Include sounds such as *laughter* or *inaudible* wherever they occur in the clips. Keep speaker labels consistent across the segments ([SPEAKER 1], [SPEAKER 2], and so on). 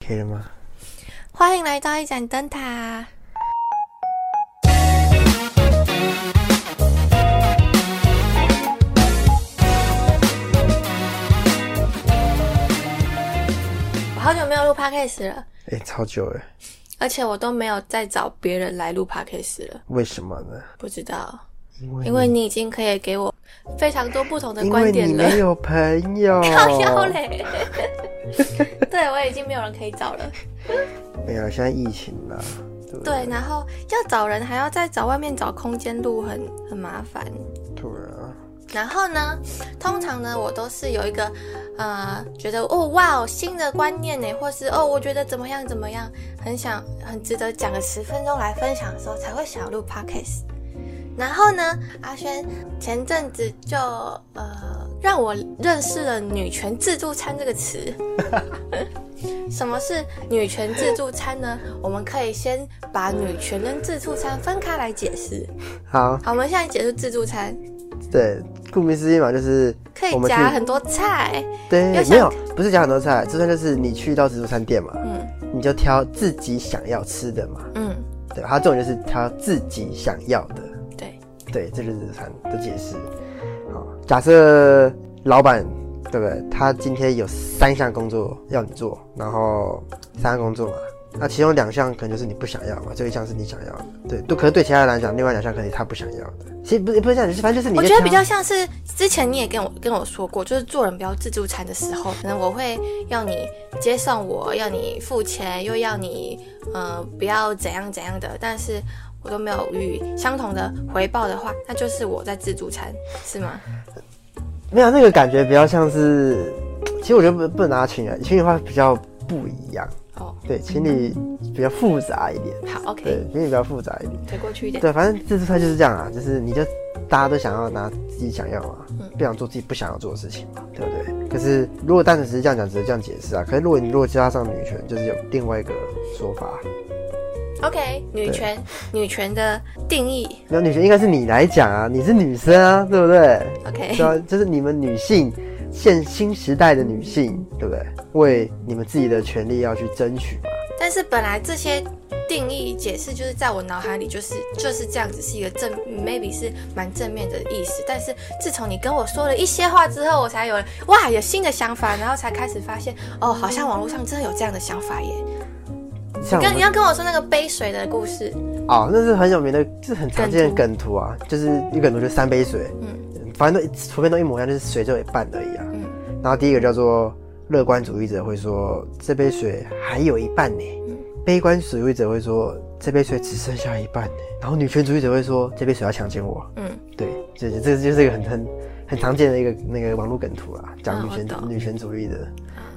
[SPEAKER 1] 可以了吗？
[SPEAKER 2] 欢迎来到一盏灯塔。我好久没有录 podcast 了，
[SPEAKER 1] 哎、超久哎，
[SPEAKER 2] 而且我都没有再找别人来录 podcast 了。
[SPEAKER 1] 为什么呢？
[SPEAKER 2] 不知道，
[SPEAKER 1] 因为
[SPEAKER 2] 因为你已经可以给我非常多不同的
[SPEAKER 1] 因
[SPEAKER 2] 观
[SPEAKER 1] 为
[SPEAKER 2] 点
[SPEAKER 1] 你
[SPEAKER 2] 了。，
[SPEAKER 1] 没有朋友
[SPEAKER 2] *laughs* 靠腰嘞， *laughs* 对我已经没有人可以找了。
[SPEAKER 1] 没有，现在疫情了，对不
[SPEAKER 2] 对，然后要找人还要再找外面找空间录，很很麻烦。
[SPEAKER 1] 对啊，
[SPEAKER 2] 然后呢，通常呢，我都是有一个呃，觉得哦哇哦新的观念呢，或是哦我觉得怎么样怎么样，很想很值得讲个十分钟来分享的时候，才会想录 podcast。然后呢，阿轩前阵子就呃让我认识了“女权自助餐”这个词。 *laughs* 什么是女权自助餐呢？我们可以先把女权跟自助餐分开来解释。
[SPEAKER 1] 好，
[SPEAKER 2] 好，我们现在解释自助餐，
[SPEAKER 1] 对，顾名思义嘛，就是
[SPEAKER 2] 可
[SPEAKER 1] 我
[SPEAKER 2] 以
[SPEAKER 1] 们去
[SPEAKER 2] 夹很多菜。要
[SPEAKER 1] 对，
[SPEAKER 2] 想
[SPEAKER 1] 没有，不是讲很多菜，就算就是你去到自助餐店嘛，
[SPEAKER 2] 嗯
[SPEAKER 1] 你就挑自己想要吃的嘛，
[SPEAKER 2] 嗯，
[SPEAKER 1] 对，它这种就是挑自己想要的，
[SPEAKER 2] 对，
[SPEAKER 1] 对，这就是自助餐的解释。好，假设老板对不对？他今天有三项工作要你做，然后三项工作嘛，那其中两项可能就是你不想要嘛，最后一项是你想要的，对，对，可是对其他人来讲，另外两项可能他不想要的。其实不是不是这样，就是反正就是你
[SPEAKER 2] 我
[SPEAKER 1] 在
[SPEAKER 2] 觉得
[SPEAKER 1] 挑
[SPEAKER 2] 比较像是之前你也跟我跟我说过，就是做人不要自助餐的时候，可能我会要你接送我，要你付钱，又要你呃不要怎样怎样的，但是我都没有予以相同的回报的话，那就是我在自助餐，是吗？
[SPEAKER 1] 没有那个感觉，比较像是，其实我觉得不不能拿情侣，情侣话比较不一样，
[SPEAKER 2] 哦，
[SPEAKER 1] 对，情侣比较复杂一点，
[SPEAKER 2] 好
[SPEAKER 1] 对
[SPEAKER 2] ，OK，，
[SPEAKER 1] 情侣比较复杂一点。
[SPEAKER 2] 推过去一点。
[SPEAKER 1] 对，反正自助餐就是这样啊，就是你就大家都想要拿自己想要嘛，不想做自己不想要做的事情嘛，对不对？可是如果单纯只是这样讲，只是这样解释啊。可是如果你如果加上女权，就是有另外一个说法。
[SPEAKER 2] OK，女权，女权的定义
[SPEAKER 1] 那女权应该是你来讲啊，你是女生啊，对不对？
[SPEAKER 2] ，OK，
[SPEAKER 1] 对啊，就是你们女性，现新时代的女性，对不对？为你们自己的权利要去争取嘛。
[SPEAKER 2] 但是本来这些定义解释就是在我脑海里就是就是这样子，是一个正 maybe 是蛮正面的意思。但是自从你跟我说了一些话之后，我才有哇有新的想法，然后才开始发现哦，好像网络上真的有这样的想法耶。
[SPEAKER 1] 像我
[SPEAKER 2] 跟
[SPEAKER 1] 们
[SPEAKER 2] 你要跟我说那个杯水的故事，
[SPEAKER 1] 哦，那是很有名的，是很常见的
[SPEAKER 2] 梗
[SPEAKER 1] 梗图啊，就是一梗图就是三杯水，嗯，反正都图片都一模一样，就是水只有一半而已啊。
[SPEAKER 2] 嗯
[SPEAKER 1] 然后第一个叫做乐观主义者会说这杯水还有一半呢，悲观主义者会说这杯水只剩下一半呢，然后女权主义者会说这杯水要强奸我。
[SPEAKER 2] 嗯，
[SPEAKER 1] 对，这这这就是一个很很很常见的一个那个网络梗图啦，讲
[SPEAKER 2] 嗯
[SPEAKER 1] 女权、
[SPEAKER 2] 我懂嗯
[SPEAKER 1] 女权主义的。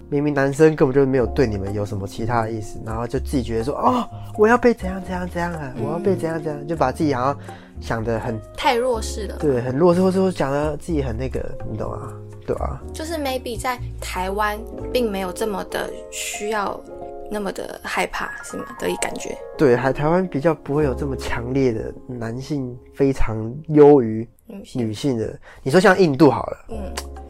[SPEAKER 1] 明明男生根本就没有对你们有什么其他的意思，然后就自己觉得说哦，我要被怎样怎样怎样啊，我要被怎样怎样，就把自己好像想的很
[SPEAKER 2] 太弱势了。
[SPEAKER 1] 对很弱势，或者说讲的自己很那个，你懂吗？对啊，
[SPEAKER 2] 就是 maybe 在台湾并没有这么的需要，那么的害怕是吗？的一感觉。
[SPEAKER 1] 对，还台湾比较不会有这么强烈的男性非常优于
[SPEAKER 2] 女性，
[SPEAKER 1] 女性的。你说像印度好了，
[SPEAKER 2] 嗯，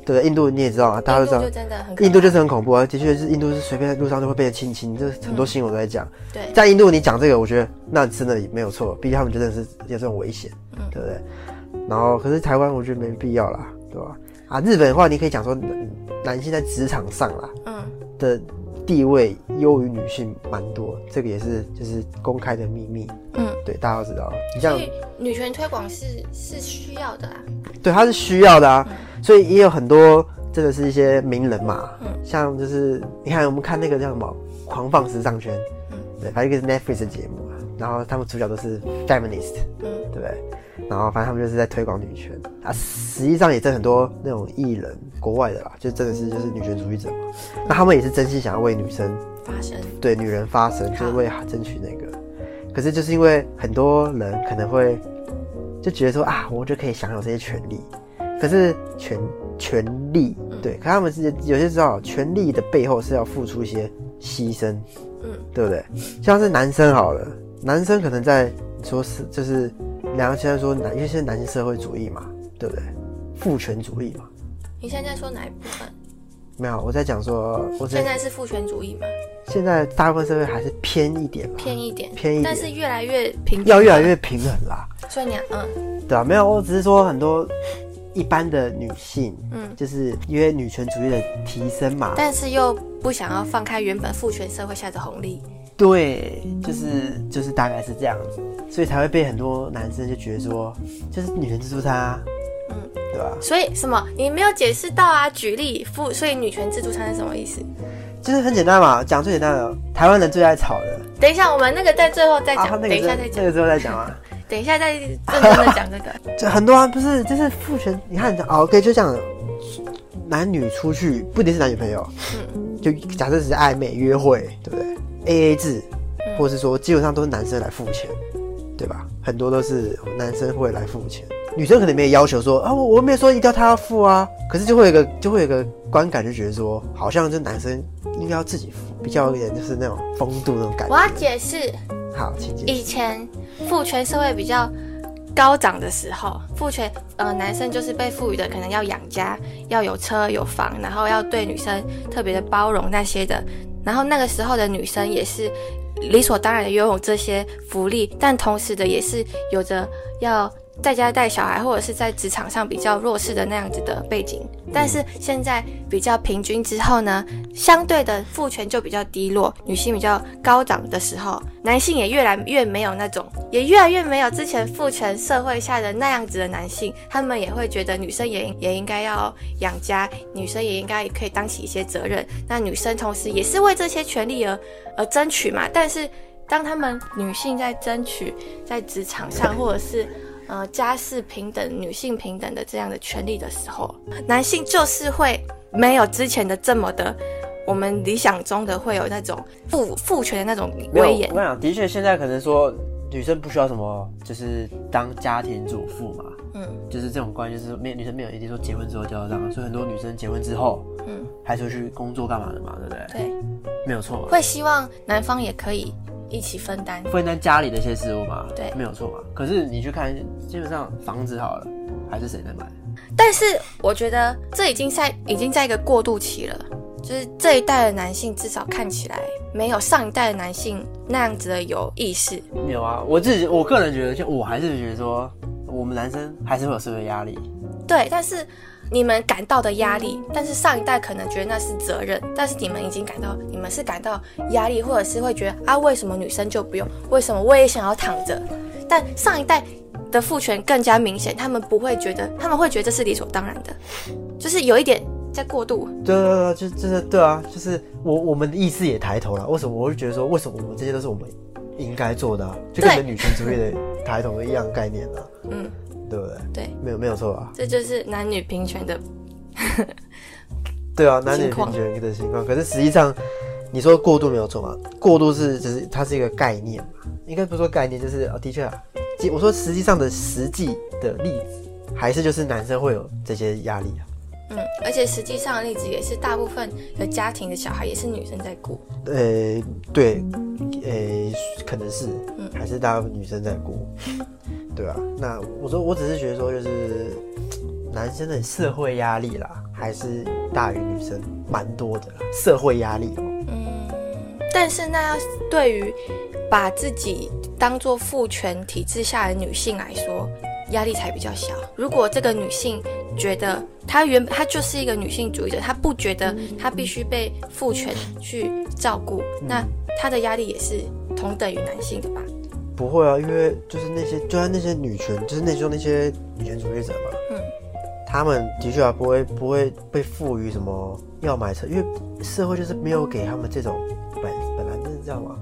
[SPEAKER 1] 对，印度你也知道啊，大家都
[SPEAKER 2] 印
[SPEAKER 1] 知
[SPEAKER 2] 度
[SPEAKER 1] 道
[SPEAKER 2] 就，真的很可
[SPEAKER 1] 印度
[SPEAKER 2] 怕
[SPEAKER 1] 就是很恐怖啊，的确是印度是随便在路上都会被人亲亲，这很多新闻都在讲。
[SPEAKER 2] 对，
[SPEAKER 1] 在印度你讲这个，我觉得那真的没有错，毕竟他们真的是有这种危险，
[SPEAKER 2] 嗯
[SPEAKER 1] 对不对？然后可是台湾我觉得没必要啦，对吧？啊，日本的话你可以讲说男男性在职场上啦
[SPEAKER 2] 嗯。
[SPEAKER 1] 的地位优于女性蛮多，这个也是就是公开的秘密，
[SPEAKER 2] 嗯，
[SPEAKER 1] 对，大家都知道。你像
[SPEAKER 2] 所以女权推广是是需要的啊。
[SPEAKER 1] 对，他是需要的啊，所以也有很多真的是一些名人嘛，像就是你看我们看那个叫什么《狂放时尚圈》，
[SPEAKER 2] 嗯
[SPEAKER 1] 对，反正一个是 Netflix 的节目啊，然后他们主角都是 feminist，
[SPEAKER 2] 嗯
[SPEAKER 1] 对不对？然后反正他们就是在推广女权啊，实际上也真的很多那种艺人国外的啦，就真的是就是女权主义者嘛，那他们也是真心想要为女生
[SPEAKER 2] 发生
[SPEAKER 1] 对女人发声，
[SPEAKER 2] 好
[SPEAKER 1] 就是为争取那个。可是就是因为很多人可能会就觉得说啊，我就可以享有这些权利，可是权权利
[SPEAKER 2] 嗯
[SPEAKER 1] 对，可他们是有些时候权利的背后是要付出一些牺牲，
[SPEAKER 2] 嗯，
[SPEAKER 1] 对不对？像是男生好了，男生可能在你说是就是两个现在说男，因为现在男性社会主义嘛，对不对？父权主义嘛，
[SPEAKER 2] 你现在在说哪一部分？
[SPEAKER 1] 没有，我在讲说，我只
[SPEAKER 2] 现在是父权主义嘛，
[SPEAKER 1] 现在大部分社会还是偏一点嘛，
[SPEAKER 2] 偏一点，
[SPEAKER 1] 偏一点
[SPEAKER 2] 但是越来越平，
[SPEAKER 1] 要越来，越平衡啦，
[SPEAKER 2] 所以你要嗯
[SPEAKER 1] 对啊，没有，我只是说很多一般的女性，
[SPEAKER 2] 嗯，
[SPEAKER 1] 就是因为女权主义的提升嘛，
[SPEAKER 2] 但是又不想要放开原本父权社会下的红利，
[SPEAKER 1] 对，就是就是大概是这样子，所以才会被很多男生就觉得说，就是女权制度差，嗯
[SPEAKER 2] 嗯，
[SPEAKER 1] 对吧？
[SPEAKER 2] 所以什么你没有解释到啊？举例父，所以女权自助餐是什么意思？
[SPEAKER 1] 就是很简单嘛，讲最简单的，台湾人最爱吵的，
[SPEAKER 2] 等一下，我们那个在最后再讲，
[SPEAKER 1] 啊那
[SPEAKER 2] 等
[SPEAKER 1] 个
[SPEAKER 2] 一下
[SPEAKER 1] 之
[SPEAKER 2] 再
[SPEAKER 1] 那
[SPEAKER 2] 讲，
[SPEAKER 1] 个之后再讲啊。
[SPEAKER 2] 等一下再认真的讲这
[SPEAKER 1] *laughs*
[SPEAKER 2] 个。
[SPEAKER 1] 就很多啊，不是，就是父权，你看，哦，OK，就这样，男女出去不一定是男女朋友，就假设只是暧昧约会，对不对？A A 制，或是说基本上都是男生来付钱，对吧？很多都是男生会来付钱，女生可能没有要求说啊，我我没有说一定要他要付啊，可是就会有一个就会有一个观感，就觉得说好像就男生应该要自己付，比较有点就是那种风度那种感
[SPEAKER 2] 我
[SPEAKER 1] 觉。
[SPEAKER 2] 要解释，
[SPEAKER 1] 好，请解
[SPEAKER 2] 以前父权社会比较高涨的时候，父权呃男生就是被赋予的可能要养家，要有车有房，然后要对女生特别的包容那些的。然后那个时候的女生也是理所当然的拥有这些福利，但同时的也是有着要在家带小孩或者是在职场上比较弱势的那样子的背景。但是现在比较平均之后呢，相对的父权就比较低落，女性比较高涨的时候，男性也越来越没有那种，也越来越没有之前父权社会下的那样子的男性，他们也会觉得女生也也应该要养家，女生也应该也可以担起一些责任。那女生同时也是为这些权利而而争取嘛，但是当他们女性在争取在职场上或者是呃家事平等、女性平等的这样的权利的时候，男性就是会没有之前的这么的。我们理想中的会有那种父父权的那种
[SPEAKER 1] 没有，
[SPEAKER 2] 威
[SPEAKER 1] 我
[SPEAKER 2] 严
[SPEAKER 1] 跟你，讲，的确现在可能说女生不需要什么，就是当家庭主妇嘛，
[SPEAKER 2] 嗯
[SPEAKER 1] 就是这种关系，就是没有女生没有一定说结婚之后就要这样，所以很多女生结婚之后
[SPEAKER 2] 嗯，
[SPEAKER 1] 还出去工作干嘛的嘛，对不对？
[SPEAKER 2] 对，
[SPEAKER 1] 没有错嘛，
[SPEAKER 2] 会希望男方也可以一起分担，
[SPEAKER 1] 分担家里的一些事务嘛，
[SPEAKER 2] 对
[SPEAKER 1] 没有错嘛。可是你去看，基本上房子好了，还是谁在买？
[SPEAKER 2] 但是我觉得这已经在已经在一个过渡期了，就是这一代的男性至少看起来没有上一代的男性那样子的有意识，
[SPEAKER 1] 没有啊，我自己我个人觉得，就我还是觉得说，我们男生还是会有社会压力，
[SPEAKER 2] 对，但是。你们感到的压力，但是上一代可能觉得那是责任，但是你们已经感到，你们是感到压力，或者是会觉得啊，为什么女生就不用？为什么我也想要躺着？但上一代的父权更加明显，他们不会觉得，他们会觉得这是理所当然的，就是有一点在过度。
[SPEAKER 1] 对对对，就就是对啊，就是我我们的意识也抬头了。为什么我会觉得说，为什么我们这些都是我们应该做的、啊，就跟
[SPEAKER 2] 对
[SPEAKER 1] 你们女权主义的抬头一样概念啊，
[SPEAKER 2] 嗯，
[SPEAKER 1] 对不对？
[SPEAKER 2] 对，
[SPEAKER 1] 没有没有错啊，
[SPEAKER 2] 这就是男女平权的
[SPEAKER 1] 对啊，男女
[SPEAKER 2] 情况
[SPEAKER 1] 平权的情况。可是实际上，你说过度没有错嘛？过度是只是它是一个概念嘛，应该不是说概念，就是哦，的确啊，即我说实际上的实际的例子，还是就是男生会有这些压力啊。
[SPEAKER 2] 嗯，而且实际上的例子也是大部分的家庭的小孩也是女生在顾，
[SPEAKER 1] 呃，对，呃，可能是
[SPEAKER 2] 嗯，
[SPEAKER 1] 还是大部分女生在过，对啊。那我说，我只是觉得说，就是男生的社会压力啦，还是大于女生蛮多的啦，社会压力哦。
[SPEAKER 2] 嗯，但是那要对于把自己当做父权体制下的女性来说，压力才比较小。如果这个女性觉得她原她就是一个女性主义者，她不觉得她必须被父权去照顾，
[SPEAKER 1] 嗯
[SPEAKER 2] 那她的压力也是同等于男性的吧？
[SPEAKER 1] 不会啊，因为就是那些，就算那些女权，就是那些那些女权主义者嘛，
[SPEAKER 2] 嗯，
[SPEAKER 1] 他们的确啊，不会不会被赋予什么要买车，因为社会就是没有给他们这种本本来就是这样嘛，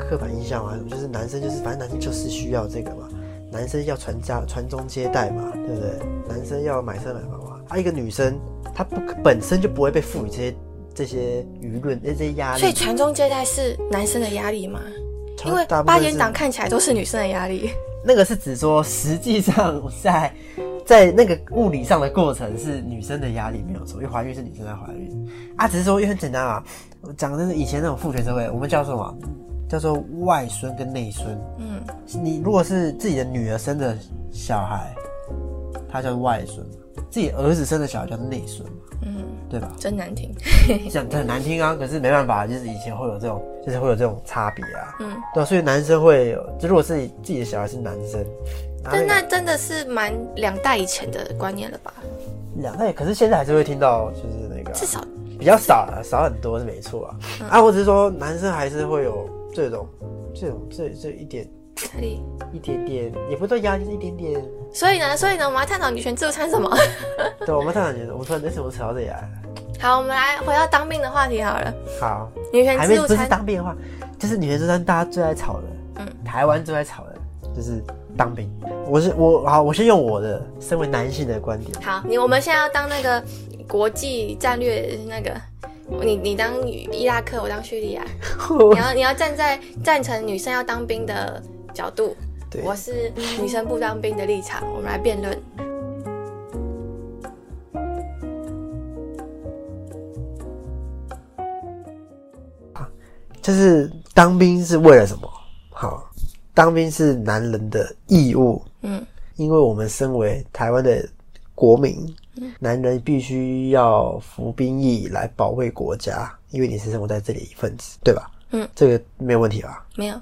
[SPEAKER 1] 刻板印象嘛，就是男生就是反正男生就是需要这个嘛，男生要传家传宗接代嘛，对不对？男生要买车买房嘛，啊，一个女生她不本身就不会被赋予这些这些舆论那这些压力，
[SPEAKER 2] 所以传宗接代是男生的压力吗？因为
[SPEAKER 1] 大部分
[SPEAKER 2] 八
[SPEAKER 1] 是
[SPEAKER 2] 点档看起来都是女生的压力。
[SPEAKER 1] 那个是指说，实际上在在那个物理上的过程是女生的压力没有错，因为怀孕是女生在怀孕啊，只是说因为很简单啊，我讲真的，以前那种父权社会，我们叫什么？叫做外孙跟内孙。
[SPEAKER 2] 嗯，
[SPEAKER 1] 你如果是自己的女儿生的小孩，他叫外孙嘛；自己儿子生的小孩叫内孙嘛。
[SPEAKER 2] 嗯，
[SPEAKER 1] 对吧？
[SPEAKER 2] 真难听。
[SPEAKER 1] 讲得很难听啊，可是没办法，就是以前会有这种，就是会有这种差别啊。
[SPEAKER 2] 嗯，
[SPEAKER 1] 对啊，所以男生会有，就如果是自己的小孩是男生，然后
[SPEAKER 2] 但那真的是蛮两代以前的观念了吧？
[SPEAKER 1] 两代，可是现在还是会听到，就是那个啊、
[SPEAKER 2] 至少
[SPEAKER 1] 比较少了，少很多是没错啊。
[SPEAKER 2] 嗯
[SPEAKER 1] 啊，我只是说男生还是会有这种、这种、这这一点、
[SPEAKER 2] 这里。
[SPEAKER 1] 一点点，也不是说压力，就是一点点。
[SPEAKER 2] 所以呢，所以呢，我们要探讨女权自助餐是什么？ *laughs*
[SPEAKER 1] 对，我们突然觉得，我突然为什么扯到这里来了？
[SPEAKER 2] 好，我们来回到当兵的话题好了。
[SPEAKER 1] 好，
[SPEAKER 2] 女权
[SPEAKER 1] 还
[SPEAKER 2] 自
[SPEAKER 1] 没
[SPEAKER 2] 助
[SPEAKER 1] 不是
[SPEAKER 2] 餐，
[SPEAKER 1] 当兵的话，就是女学生当大家最爱吵的，
[SPEAKER 2] 嗯
[SPEAKER 1] 台湾最爱吵的就是当兵。我是我好，我先用我的身为男性的观点，
[SPEAKER 2] 好，你我们现在要当那个国际战略那个，你你当伊拉克，我当
[SPEAKER 1] *laughs*
[SPEAKER 2] 叙利亚，你要你要站在赞成女生要当兵的角度，
[SPEAKER 1] 对，
[SPEAKER 2] 我是女生不当兵的立场，我们来辩论。
[SPEAKER 1] 就是当兵是为了什么？好，当兵是男人的义务，
[SPEAKER 2] 嗯
[SPEAKER 1] 因为我们身为台湾的国民，
[SPEAKER 2] 嗯
[SPEAKER 1] 男人必须要服兵役来保卫国家，因为你是生活在这里的一份子，对吧？
[SPEAKER 2] 嗯，
[SPEAKER 1] 这个没有问题吧？
[SPEAKER 2] 没有，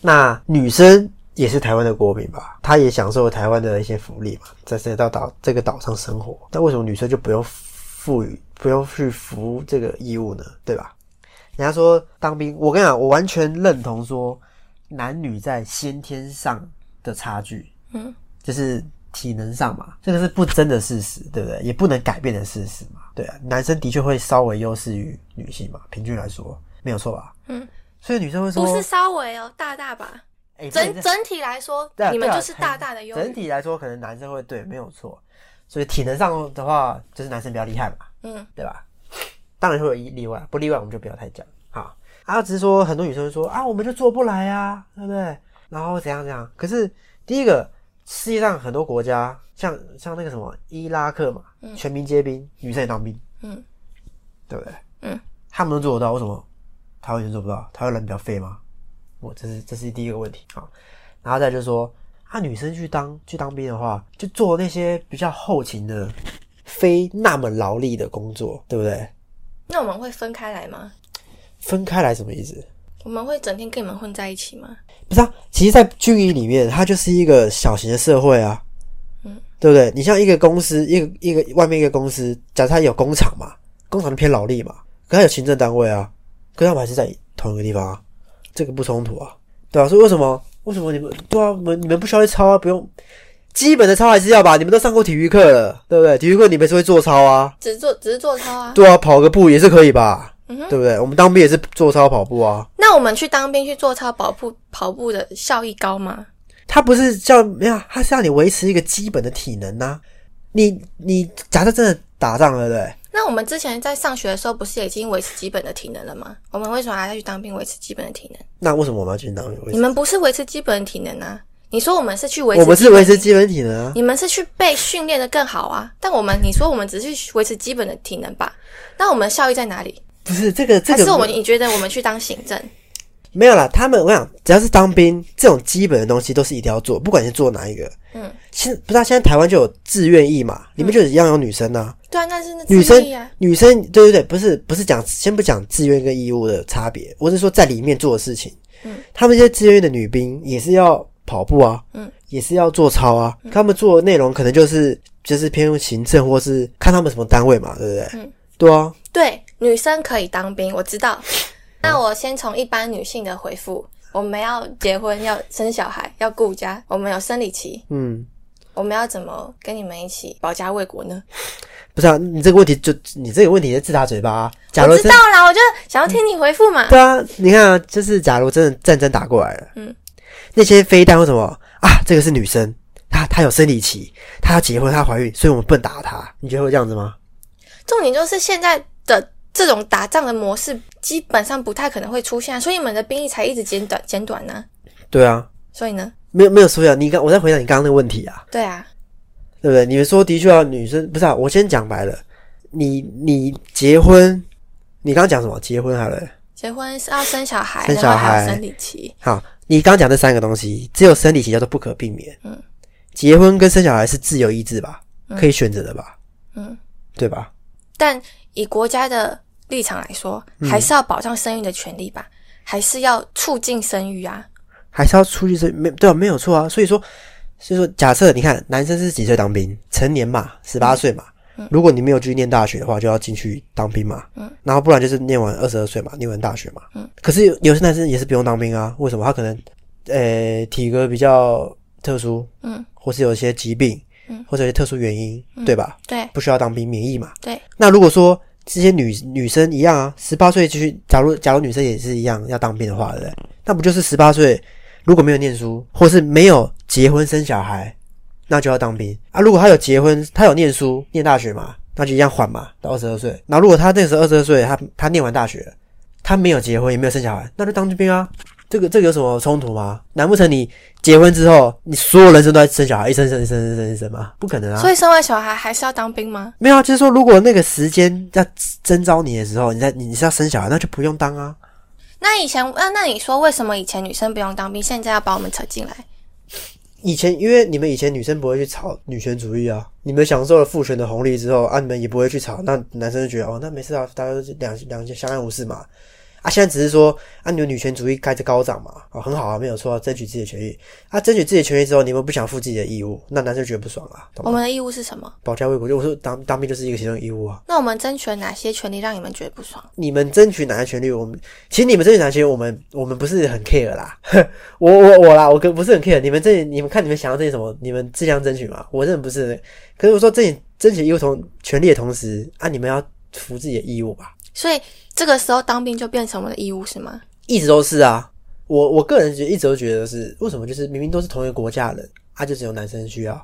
[SPEAKER 1] 那女生也是台湾的国民吧？她也享受台湾的一些福利嘛，在这到岛这个岛上生活。那为什么女生就不用赋予、不用去服这个义务呢？对吧？人家说当兵，我跟你讲，我完全认同说男女在先天上的差距，
[SPEAKER 2] 嗯，
[SPEAKER 1] 就是体能上嘛，这个是不争的事实，对不对？也不能改变的事实嘛，对啊，男生的确会稍微优势于女性嘛，平均来说没有错吧？
[SPEAKER 2] 嗯，
[SPEAKER 1] 所以女生会说
[SPEAKER 2] 不是稍微哦，大大吧。
[SPEAKER 1] 哎不能这
[SPEAKER 2] 整整体来说
[SPEAKER 1] 对啊，
[SPEAKER 2] 你们
[SPEAKER 1] 对啊
[SPEAKER 2] 就是大大的优
[SPEAKER 1] 整
[SPEAKER 2] 势。
[SPEAKER 1] 体来说，可能男生会对，没有错。所以体能上的话，就是男生比较厉害嘛，
[SPEAKER 2] 嗯，
[SPEAKER 1] 对吧？当然会有一例外，不例外我们就不要太讲。好，啊，只是说很多女生会说啊，我们就做不来啊，对不对？然后怎样怎样。可是第一个，世界上很多国家，像像那个什么伊拉克嘛，全民皆兵，女生也当兵，
[SPEAKER 2] 嗯，
[SPEAKER 1] 对不对？
[SPEAKER 2] 嗯，
[SPEAKER 1] 他们都做得到，为什么台湾人做不到？台湾人比较废吗？我这是这是第一个问题啊。然后再就是说，啊，女生去当去当兵的话，就做那些比较后勤的，非那么劳力的工作，对不对？
[SPEAKER 2] 那我们会分开来吗？
[SPEAKER 1] 分开来什么意思？
[SPEAKER 2] 我们会整天跟你们混在一起吗？
[SPEAKER 1] 不是啊，其实，在军营里面，它就是一个小型的社会啊，
[SPEAKER 2] 嗯，
[SPEAKER 1] 对不对？你像一个公司，一个一个外面一个公司，假设它有工厂嘛，工厂就偏劳力嘛，可它有行政单位啊，可他们还是在同一个地方啊，这个不冲突啊，对啊，所以为什么为什么你们对啊，你们你们不需要去操啊，不用基本的操还是要吧？你们都上过体育课了，对不对？体育课你们是会做操啊，
[SPEAKER 2] 只做只是做操啊。
[SPEAKER 1] 对啊，跑个步也是可以吧？
[SPEAKER 2] 嗯哼
[SPEAKER 1] 对不对？我们当兵也是做操跑步啊，
[SPEAKER 2] 那我们去当兵去做操跑步跑步的效益高吗？
[SPEAKER 1] 它不是叫没有，啊它是让你维持一个基本的体能呐、你你假设真的打仗了，对不对？
[SPEAKER 2] 那我们之前在上学的时候，不是已经维持基本的体能了吗？我们为什么还要去当兵维持基本的体能？
[SPEAKER 1] 那为什么我们要去当兵？
[SPEAKER 2] 你们不是维持基本的体能啊？你说我们是去维持，
[SPEAKER 1] 我们是维持，基本体能啊。
[SPEAKER 2] 你们是去被训练的更好啊。但我们，你说我们只是去维持基本的体能吧？那我们效益在哪里？
[SPEAKER 1] 不是这个这
[SPEAKER 2] 还
[SPEAKER 1] 个
[SPEAKER 2] 是我们你觉得我们去当行政？
[SPEAKER 1] 没有啦，他们我想，只要是当兵这种基本的东西都是一定要做，不管你是做哪一个。
[SPEAKER 2] 嗯，
[SPEAKER 1] 现不是、啊、现在台湾就有志愿役嘛，里面就一样有女生呐、啊
[SPEAKER 2] 对啊，那是那
[SPEAKER 1] 女
[SPEAKER 2] 自
[SPEAKER 1] 生
[SPEAKER 2] 律啊。
[SPEAKER 1] 女生对对对，不是不是讲先不讲志愿跟义务的差别，我是说在里面做的事情。
[SPEAKER 2] 嗯，
[SPEAKER 1] 他们这些志愿役的女兵也是要跑步啊，
[SPEAKER 2] 嗯，
[SPEAKER 1] 也是要做操啊。他们做的内容可能就是就是偏行政或是看他们什么单位嘛，对不对？
[SPEAKER 2] 嗯，
[SPEAKER 1] 对啊，
[SPEAKER 2] 对，女生可以当兵，我
[SPEAKER 1] *laughs*
[SPEAKER 2] 知道。那我先从一般女性的回复，我们要结婚，要生小孩，要顾家，我们有生理期，
[SPEAKER 1] 嗯。
[SPEAKER 2] 我们要怎么跟你们一起保家卫国呢？
[SPEAKER 1] 不是啊，你这个问题就你这个问题是自打嘴巴、啊。假如
[SPEAKER 2] 我
[SPEAKER 1] 真
[SPEAKER 2] 知道啦，我就想要听你回复嘛。
[SPEAKER 1] *laughs* 对啊，你看啊，就是假如真的战争打过来了，
[SPEAKER 2] 嗯，
[SPEAKER 1] 那些飞弹或什么啊，这个是女生，她她有生理期，她要结婚，她怀孕，所以我们不能打她。你觉得会这样子吗？
[SPEAKER 2] 重点就是现在的这种打仗的模式基本上不太可能会出现啊、所以你们的兵役才一直减短减短呢、
[SPEAKER 1] 对啊，
[SPEAKER 2] 所以呢，
[SPEAKER 1] 没有没有所以啊，你刚我在回答你刚刚那个问题啊，
[SPEAKER 2] 对啊，
[SPEAKER 1] 对不对？你们说的确啊，女生不是啊，我先讲白了，你你结婚，你刚刚讲什么？结婚好了，
[SPEAKER 2] 结婚是要生小孩，
[SPEAKER 1] 生
[SPEAKER 2] 然后
[SPEAKER 1] 小
[SPEAKER 2] 还
[SPEAKER 1] 孩
[SPEAKER 2] 有生理期。
[SPEAKER 1] 好，你刚刚讲这三个东西，只有生理期叫做不可避免，
[SPEAKER 2] 嗯，
[SPEAKER 1] 结婚跟生小孩是自由意志吧，可以选择的吧，
[SPEAKER 2] 嗯，
[SPEAKER 1] 对吧？
[SPEAKER 2] 但以国家的立场来说，还是要保障生育的权利吧，还是要促进生育啊。
[SPEAKER 1] 还是要出去这没对啊，没有错啊。所以说，所以说，假设你看男生是几岁当兵？成年嘛，十八岁嘛。如果你没有去念大学的话，就要进去当兵嘛。嗯。然后不然就是念完二十二岁嘛，念完大学嘛。嗯。可是有有些男生也是不用当兵啊？为什么？他可能呃体格比较特殊，
[SPEAKER 2] 嗯，
[SPEAKER 1] 或是有一些疾病，嗯，或者有一些特殊原因，对吧？
[SPEAKER 2] 对
[SPEAKER 1] 不需要当兵，免疫嘛。
[SPEAKER 2] 对，
[SPEAKER 1] 那如果说这些女女生一样啊，十八岁继续，假如假如女生也是一样要当兵的话，对不对？那不就是十八岁如果没有念书，或是没有结婚生小孩，那就要当兵啊。如果她有结婚，她有念书，念大学嘛，那就一样缓嘛，到二十二岁。那如果她那时候二十二岁，她她念完大学，她没有结婚，也没有生小孩，那就当兵啊。这个这个有什么冲突吗？难不成你结婚之后，你所有人生都在生小孩，一生生生生生生生吗？不可能啊！
[SPEAKER 2] 所以生完小孩还是要当兵吗？
[SPEAKER 1] 没有啊，就是说，如果那个时间要征招你的时候，你在你是要生小孩，那就不用当啊。
[SPEAKER 2] 那以前，那那你说为什么以前女生不用当兵，现在要把我们扯进来？
[SPEAKER 1] 以前因为你们以前女生不会去吵女权主义啊，你们享受了父权的红利之后啊，你们也不会去吵，那男生就觉得哦，那没事啊，大家都是两两相安无事嘛。啊，现在只是说啊，你们女权主义开始高涨嘛，啊，很好啊，没有错啊、争取自己的权益。啊，争取自己的权益之后，你们不想负自己的义务，那男生觉得不爽啊，懂
[SPEAKER 2] 我
[SPEAKER 1] 吗？
[SPEAKER 2] 们的义务是什么？
[SPEAKER 1] 保家卫国，就我说当当兵就是一个其中的义务啊。
[SPEAKER 2] 那我们争取了哪些权利让你们觉得不爽？
[SPEAKER 1] 你们争取哪些权利？我们其实你们争取哪些权利，我们我们不是很 care 啦。 *laughs* 我我我啦，我跟不是很 care。你们这你们看你们想要争取什么？你们自相争取嘛？我真的不是。可是我说争取争取义务同权利的同时啊，你们要服自己的义务吧？
[SPEAKER 2] 所以这个时候当兵就变成我们的义务是吗？
[SPEAKER 1] 一直都是啊。我我个人觉得一直都觉得是为什么？就是明明都是同一个国家人，啊，就只有男生需要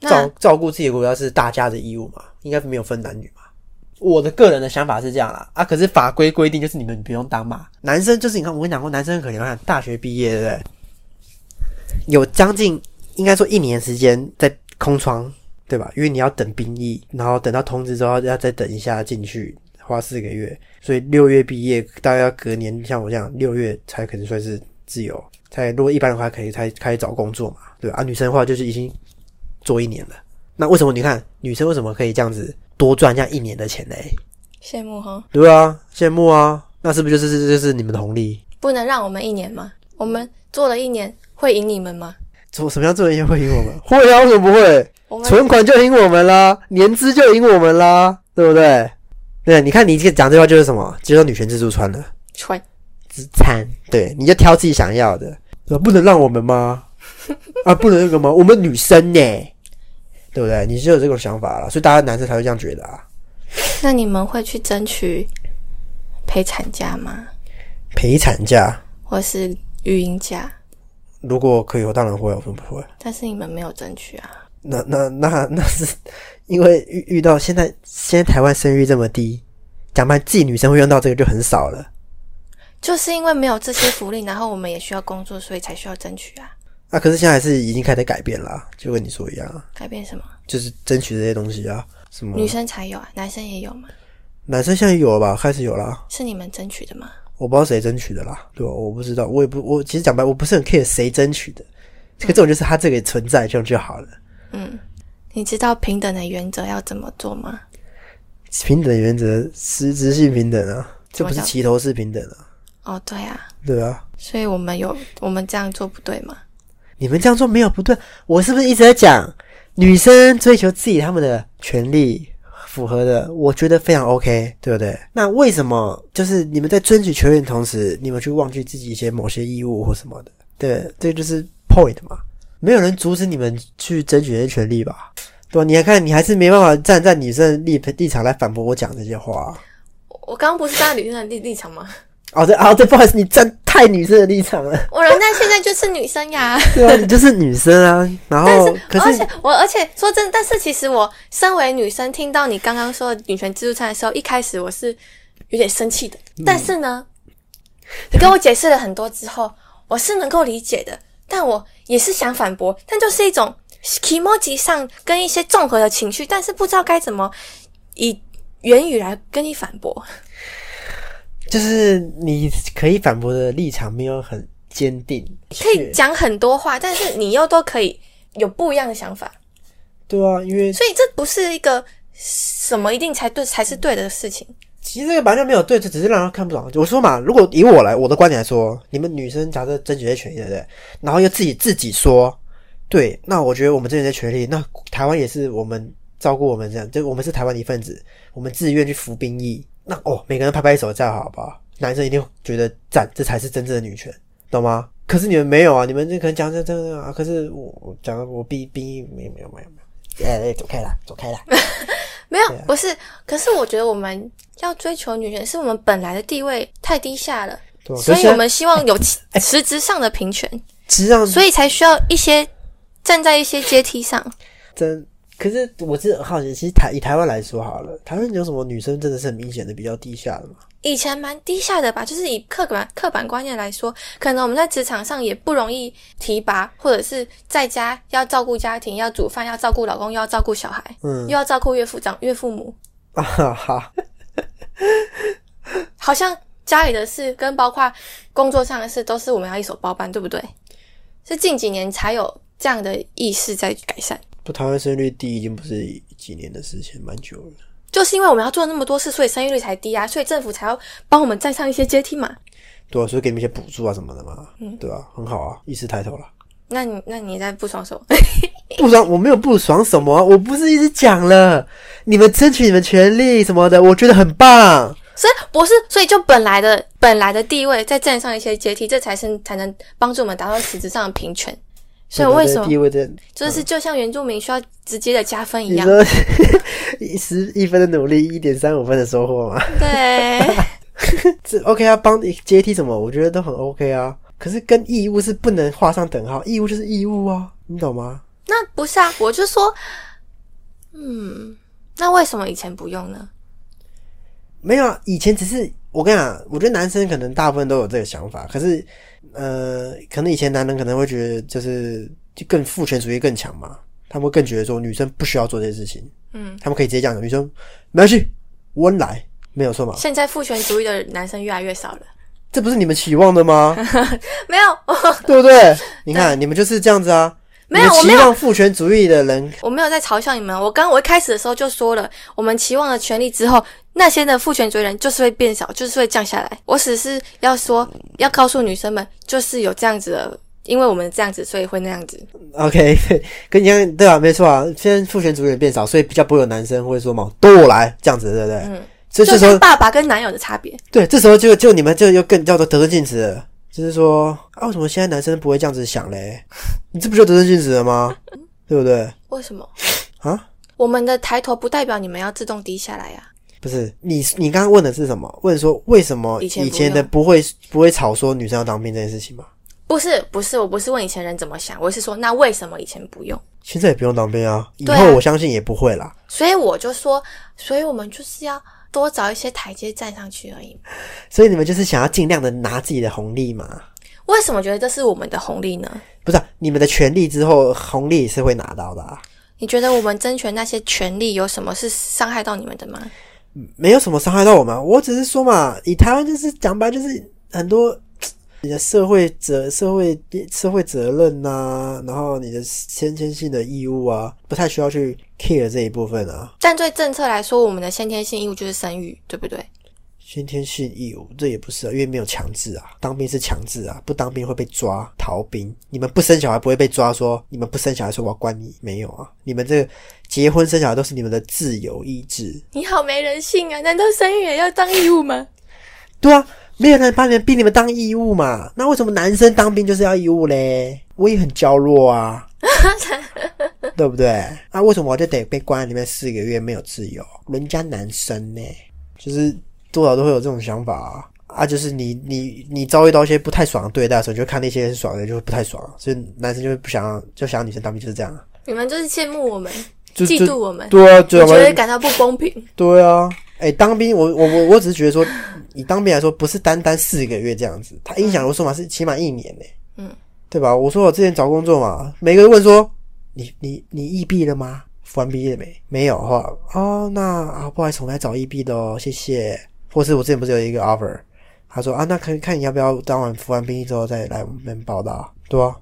[SPEAKER 1] 照
[SPEAKER 2] 那
[SPEAKER 1] 照顾自己的国家是大家的义务嘛？应该没有分男女嘛？我的个人的想法是这样啦，啊，可是法规规定就是你们不用当嘛，男生就是你看我跟你讲过，男生很可怜，我看大学毕业对不对？有将近应该说一年时间在空窗，对吧？因为你要等兵役，然后等到通知之后要再等一下进去，花四个月，所以六月毕业，大概要隔年，像我这样六月才可能算是自由，才如果一般的话可以才开始找工作嘛，对吧？啊，女生的话就是已经做一年了，那为什么你看女生为什么可以这样子多赚这样一年的钱嘞？
[SPEAKER 2] 羡慕哦哈，
[SPEAKER 1] 对啊，羡慕啊，那是不是就是就是你们的红利？
[SPEAKER 2] 不能让我们一年吗？我们做了一年会赢你们吗？
[SPEAKER 1] 做什么样做人也会赢我们？ *laughs* 会啊，为什么不会？
[SPEAKER 2] 我们
[SPEAKER 1] 存款就赢我们啦，年资就赢我们啦，对不对？对，你看你这讲这句话就是什么？就是女权自助餐了，
[SPEAKER 2] 蠢，
[SPEAKER 1] 自餐。对，你就挑自己想要的，对吧啊不能让我们 *laughs* 吗？啊，不能那个吗？我们女生呢，对不对？你就有这种想法了，所以大家男生才会这样觉得啊。
[SPEAKER 2] 那你们会去争取陪产假吗？
[SPEAKER 1] 陪产假
[SPEAKER 2] 或是育婴假？
[SPEAKER 1] 如果可以，我当然会，我怎么不会？
[SPEAKER 2] 但是你们没有争取啊。
[SPEAKER 1] 那那那那是因为遇遇到现在现在台湾生育这么低，讲白自己女生会用到这个就很少了。
[SPEAKER 2] 就是因为没有这些福利，然后我们也需要工作，所以才需要争取啊。
[SPEAKER 1] 啊，可是现在还是已经开始改变了啊，就跟你说一样啊，
[SPEAKER 2] 改变什么？
[SPEAKER 1] 就是争取这些东西啊，什么
[SPEAKER 2] 女生才有啊，男生也有吗？
[SPEAKER 1] 男生现在有了吧，开始有了，啊
[SPEAKER 2] 是你们争取的吗？
[SPEAKER 1] 我不知道谁争取的啦，对吧？我不知道，我也不，我其实讲白，我不是很 care 谁争取的，可这种就是他这个存在这样就好了。
[SPEAKER 2] 你知道平等的原则要怎么做吗？
[SPEAKER 1] 平等原则，实质性平等啊，这不是
[SPEAKER 2] 怎么讲
[SPEAKER 1] 齐头式平等啊，
[SPEAKER 2] 哦，对啊，
[SPEAKER 1] 对啊。
[SPEAKER 2] 所以我们有我们这样做不对吗？
[SPEAKER 1] 你们这样做没有不对，我是不是一直在讲女生追求自己她们的权利符合的，我觉得非常 OK，对不对？那为什么就是你们在争取权利的同时，你们去忘记自己一些某些义务或什么的？对，这就是 point 嘛。没有人阻止你们去争取这些权利吧？对吧？你还看，你还是没办法站在女生的立立场来反驳我讲这些话、啊。
[SPEAKER 2] 我我刚刚不是站在女生的立立场吗？
[SPEAKER 1] 哦，对，哦，对，不好意思，你站太女生的立场了，
[SPEAKER 2] *laughs* 我人家现在就是女生呀，
[SPEAKER 1] 对啊，你 *laughs* 就是女生啊。然后，可
[SPEAKER 2] 而
[SPEAKER 1] 是
[SPEAKER 2] 且我而且说真的，但是其实我身为女生，听到你刚刚说的女权自助餐的时候，一开始我是有点生气的，
[SPEAKER 1] 嗯
[SPEAKER 2] 但是呢，你跟我解释了很多之后，我是能够理解的，但我也是想反驳，但就是一种 e m o j i 上跟一些综合的情绪，但是不知道该怎么以言语来跟你反驳。
[SPEAKER 1] 就是你可以反驳的立场没有很坚定，
[SPEAKER 2] 可以讲很多话，但是你又都可以有不一样的想法，
[SPEAKER 1] 对啊，因为
[SPEAKER 2] 所以这不是一个什么一定才对才是对的事情。
[SPEAKER 1] 其实这个本来就没有对，这只是让人看不懂。我说嘛，如果以我来我的观点来说，你们女生假设争取这些权益，对不对？然后又自己自己说，对，那我觉得我们争取这些权利，那台湾也是我们照顾我们这样，就我们是台湾的一份子，我们自愿去服兵役。那哦，每个人拍拍手，这样好不好？男生一定觉得赞，这才是真正的女权，懂吗？可是你们没有啊，你们这可能讲这这这啊，可是我我讲我逼兵役没有没有没有
[SPEAKER 2] *laughs*
[SPEAKER 1] 没有，哎、哎，走开啦，走开啦。
[SPEAKER 2] 没
[SPEAKER 1] 啊
[SPEAKER 2] 有，不是。可是我觉得我们要追求女权，是我们本来的地位太低下了，
[SPEAKER 1] 对吧啊
[SPEAKER 2] 所
[SPEAKER 1] 可
[SPEAKER 2] 以
[SPEAKER 1] 是
[SPEAKER 2] 我们希望
[SPEAKER 1] 哎
[SPEAKER 2] 有实质上的平权，
[SPEAKER 1] 实际上
[SPEAKER 2] 所以才需要一些站在一些阶梯上。
[SPEAKER 1] 真，可是我是好奇，其实台以台湾来说好了，台湾有什么女生真的是很明显的比较低下的吗？
[SPEAKER 2] 以前蛮低下的吧，就是以刻板刻板观念来说，可能我们在职场上也不容易提拔，或者是在家要照顾家庭，要煮饭，要照顾老公，又要照顾小孩，
[SPEAKER 1] 嗯
[SPEAKER 2] 又要照顾岳父长岳父母，
[SPEAKER 1] 啊哈哈，
[SPEAKER 2] 好像家里的事跟包括工作上的事都是我们要一手包办，对不对？是近几年才有这样的意识在改善，
[SPEAKER 1] *laughs* 不，台湾生育率低已经不是几年的事情，蛮久了。
[SPEAKER 2] 就是因为我们要做那么多事，所以生育率才低啊，所以政府才要帮我们站上一些阶梯嘛。
[SPEAKER 1] 对啊，所以给你们一些补助啊什么的嘛，
[SPEAKER 2] 嗯
[SPEAKER 1] 对吧、很好啊，意识抬头了。
[SPEAKER 2] 那你那你在不爽手？
[SPEAKER 1] 不爽，我没有不爽什么啊，我不是一直讲了，你们争取你们权利什么的，我觉得很棒。
[SPEAKER 2] *laughs* 所以不是，所以就本来的本来的地位再站上一些阶梯，这才是才能帮助我们达到实质上的平权。所以为什么
[SPEAKER 1] 地位真？
[SPEAKER 2] 就是就像原住民需要直接的加分一
[SPEAKER 1] 你
[SPEAKER 2] 样？
[SPEAKER 1] 说十 *laughs* 一分的努力，一点三五分的收获吗？
[SPEAKER 2] 对，
[SPEAKER 1] 这 OK 啊，帮你阶梯什么，我觉得都很 OK 啊。可是跟义务是不能画上等号，义务就是义务啊，你懂吗？
[SPEAKER 2] 那不是啊，我就说，嗯，那为什么以前不用呢？
[SPEAKER 1] 没有啊，以前只是我跟你讲，我觉得男生可能大部分都有这个想法，可是呃，可能以前男人可能会觉得就是就更父权主义更强嘛，他们会更觉得说女生不需要做这些事情，
[SPEAKER 2] 嗯，
[SPEAKER 1] 他们可以直接讲女生没关系，我来，没有错嘛，
[SPEAKER 2] 现在父权主义的男生越来越少了。
[SPEAKER 1] 这不是你们期望的
[SPEAKER 2] *laughs*
[SPEAKER 1] 吗？
[SPEAKER 2] 没有， *laughs* 我
[SPEAKER 1] 对不对？你看你们就是这样子啊，
[SPEAKER 2] 没有
[SPEAKER 1] 你们
[SPEAKER 2] 我没
[SPEAKER 1] 期
[SPEAKER 2] 有
[SPEAKER 1] 望父权主义的人
[SPEAKER 2] 我没有在嘲笑你们。我刚我一开始的时候就说了，我们期望了权利之后，那些的父权主义人就是会变少，就是会降下来。我只是要说，要告诉女生们，就是有这样子的，因为我们这样子，所以会那样子。
[SPEAKER 1] OK，对， *laughs* 跟你讲对啊，没错啊。现在父权主义人变少，所以比较不会有男生会说嘛，都我来这样子，对不对？
[SPEAKER 2] 嗯，
[SPEAKER 1] 所以这
[SPEAKER 2] 就
[SPEAKER 1] 时
[SPEAKER 2] 是
[SPEAKER 1] 候，
[SPEAKER 2] 爸爸跟男友的差别。
[SPEAKER 1] 对，这时候就就你们就又更叫做得寸进尺了，就是说啊，为什么现在男生不会这样子想嘞？你这不就得寸进尺了吗？
[SPEAKER 2] 嗯
[SPEAKER 1] 对不对？
[SPEAKER 2] 为什么？
[SPEAKER 1] 啊，
[SPEAKER 2] 我们的抬头不代表你们要自动低下来啊呀、
[SPEAKER 1] 不是你，你刚刚问的是什么？问说为什么
[SPEAKER 2] 以前
[SPEAKER 1] 以
[SPEAKER 2] 不
[SPEAKER 1] 前的
[SPEAKER 2] 用
[SPEAKER 1] 不会不会吵说女生要当兵这件事情吗？
[SPEAKER 2] 不是，不是，我不是问以前人怎么想，我是说，那为什么以前不用？
[SPEAKER 1] 现在也不用当兵啊，以
[SPEAKER 2] 对啊
[SPEAKER 1] 后我相信也不会啦。
[SPEAKER 2] 所以我就说，所以我们就是要多找一些台阶站上去而已嘛。
[SPEAKER 1] 所以你们就是想要尽量的拿自己的红利嘛。
[SPEAKER 2] 为什么觉得这是我们的红利呢？
[SPEAKER 1] 不是啊、你们的权利之后，红利也是会拿到的、啊，
[SPEAKER 2] 你觉得我们争取那些权利有什么是伤害到你们的吗？
[SPEAKER 1] 没有什么伤害到我们。我只是说嘛，以台湾就是讲白，就是很多你的社会责、社会社会责任呐、然后你的先天性的义务啊，不太需要去 care 这一部分啊。
[SPEAKER 2] 但对政策来说，我们的先天性义务就是生育，对不对？
[SPEAKER 1] 先天性义务这也不是啊，因为没有强制啊，当兵是强制啊，不当兵会被抓逃兵。你们不生小孩不会被抓说你们不生小孩说我要关你，没有啊。你们这个结婚生小孩都是你们的自由意志，
[SPEAKER 2] 你好没人性啊！难道生育也要当义务吗？
[SPEAKER 1] 对啊，没有人把你们逼你们当义务嘛？那为什么男生当兵就是要义务嘞？我也很娇弱
[SPEAKER 2] *laughs*
[SPEAKER 1] 啊，对不对？啊，为什么我就得被关在里面四个月没有自由？人家男生呢，就是多少都会有这种想法啊。啊，就是你你你遭遇到一些不太爽的对待的时候，你就看那些人爽的就会不太爽，所以男生就会不想要就想要女生当兵就是这样啊，
[SPEAKER 2] 你们就是羡慕我们，
[SPEAKER 1] 就
[SPEAKER 2] 嫉
[SPEAKER 1] 就
[SPEAKER 2] 妒我们，
[SPEAKER 1] 对啊，就
[SPEAKER 2] *laughs* 我
[SPEAKER 1] 要
[SPEAKER 2] 觉
[SPEAKER 1] 不然
[SPEAKER 2] 得感到不公平。
[SPEAKER 1] 对啊，哎、当兵，我我我我只是觉得说，以当兵来说，不是单单四个月这样子，他影响我说嘛是起码一年呢、
[SPEAKER 2] 嗯，
[SPEAKER 1] 对吧？我说我之前找工作嘛，每个人问说，你你你异地了吗？服完兵役了没？没有的话，哦，那啊不好意思，我们来找异地的哦，谢谢。或是我之前不是有一个 offer，他说啊，那看看你要不要当完服完兵役之后再来我们报道，对啊。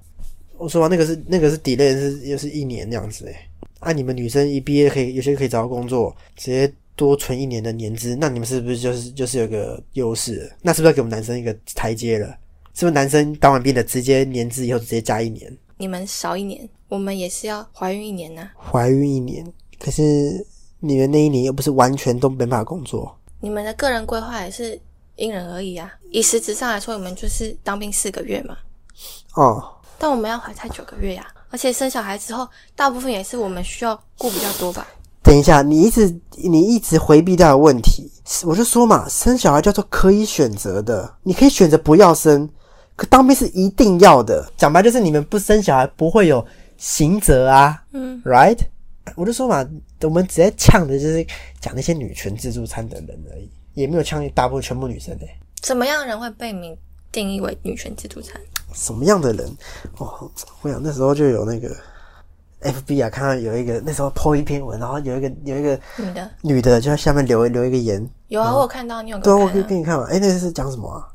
[SPEAKER 1] 我说嘛，那个是那个是 delay 是又是一年那样子哎、啊，你们女生一毕业可以有些可以找到工作，直接多存一年的年资，那你们是不是就是就是有个优势？那是不是要给我们男生一个台阶了？是不是男生当完兵的直接年资以后直接加一年，
[SPEAKER 2] 你们少一年，我们也是要怀孕一年呐、啊
[SPEAKER 1] 怀孕一年？可是你们那一年又不是完全都没办法工作，
[SPEAKER 2] 你们的个人规划也是因人而异啊。以实质上来说，我们就是当兵四个月嘛，
[SPEAKER 1] 哦，
[SPEAKER 2] 但我们要怀胎九个月呀、而且生小孩之后，大部分也是我们需要顾比较多吧。
[SPEAKER 1] 等一下，你一直你一直回避掉的问题，是我就说嘛，生小孩叫做可以选择的，你可以选择不要生，可当兵是一定要的。讲白就是你们不生小孩不会有刑责啊，
[SPEAKER 2] 嗯
[SPEAKER 1] ，right？我就说嘛，我们直接呛的就是讲那些女权自助餐的人而已，也没有呛大部分全部女生诶、
[SPEAKER 2] 怎么样的人会被你定义为女权自助餐？
[SPEAKER 1] 什么样的人？哦，我想那时候就有那个 FB 啊，看到有一个那时候 po 一篇文，然后有一个有一个
[SPEAKER 2] 女的
[SPEAKER 1] 女的就在下面留留一个言，
[SPEAKER 2] 有啊，我有看到你有给
[SPEAKER 1] 对啊，
[SPEAKER 2] 我
[SPEAKER 1] 我可以
[SPEAKER 2] 看啊，
[SPEAKER 1] 给你看嘛。哎、那个是讲什么啊？